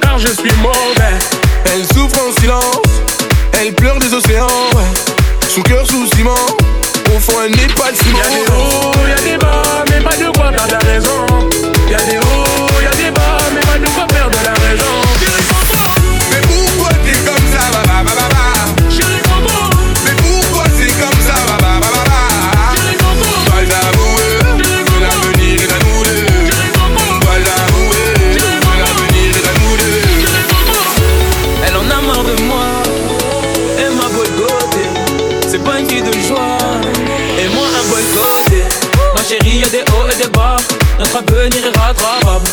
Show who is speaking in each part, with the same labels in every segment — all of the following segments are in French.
Speaker 1: car je suis mauvais.
Speaker 2: Elle souffre en silence, elle pleure des océans. ouais. Son cœur sous ciment, au fond elle n'est pas de
Speaker 1: Y'a des
Speaker 2: ciment.
Speaker 1: hauts, y'a des bas, mais pas de quoi perdre la raison. Y'a des hauts, y'a des bas, mais pas de quoi perdre la raison.
Speaker 2: Mais pourquoi t'es comme ça, ba, ba, ba, ba, ba
Speaker 1: Chérie, comprends,
Speaker 2: Mais pourquoi c'est comme ça, ba, ba, ba, ba, ba
Speaker 1: chérie, comprends,
Speaker 2: Dois l'avouer, que l'avenir est à nous deux. Dois l'avouer, que l'avenir est à nous deux.
Speaker 3: Elle en a marre de moi Elle m'a boycotté C'est pas une fille de joie Et moi un boycotté Ma chérie y'a des hauts et des bas Notre avenir est rattrapable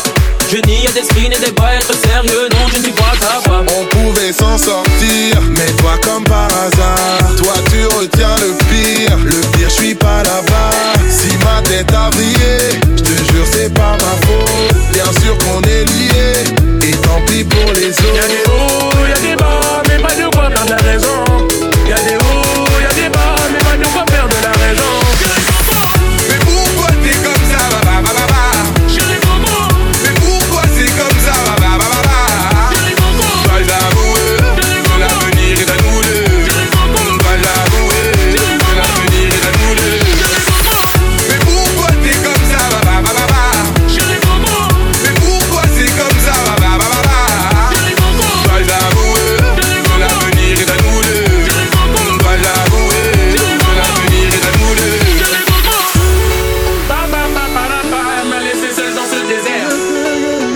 Speaker 3: Je nie y'a des spins et des bas Être sérieux non je ne suis pas capable
Speaker 2: On pouvait s'en sortir, mais toi comme par hasard Toi tu retiens le pire, le pire je suis pas là-bas Si ma tête a brillé, je te jure c'est pas ma faute Bien sûr qu'on est liés, et tant pis pour les
Speaker 1: Y'a des
Speaker 2: autres
Speaker 1: hauts, y'a des bas, mais pas de quoi perdre la raison. Y'a des hauts, y'a des bas, mais pas de quoi perdre la raison.
Speaker 2: Mais pourquoi t'es comme ça, ba ba ba ba ba
Speaker 1: Chérie, comprends,
Speaker 2: Mais pourquoi c'est comme ça, ba ba ba ba ba
Speaker 1: chérie, comprends,
Speaker 2: Dois l'avouer, que l'avenir est à nous deux Dois l'avouer, que l'avenir est à nous deux Mais pourquoi t'es comme ça, ba ba ba ba ba
Speaker 1: chérie, comprends,
Speaker 2: Mais pourquoi c'est comme ça ba, ba, ba, ba, ba.
Speaker 1: chérie, comprends.
Speaker 2: Dois l'avouer que l'avenir est à nous deux Dois l'avouer que l'avenir est à nous deux
Speaker 1: Baba paparapa, elle m'a laissé seul dans ce désert.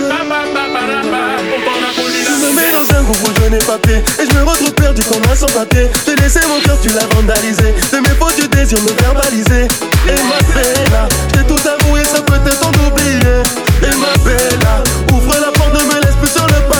Speaker 1: Baba paparapa, pourquoi on a pollué
Speaker 4: Je me
Speaker 1: la
Speaker 4: mets
Speaker 1: mer.
Speaker 4: dans un groupe jaune et papier Et je me retrouve perdu comme un sans-papier J'ai laissé mon cœur, tu l'as vandalisé De mes fautes, tu désires me verbaliser Et ma bella, j'ai tout avoué, ça peut être en oublié Et ma bella, ouvre la porte, ne me laisse plus sur le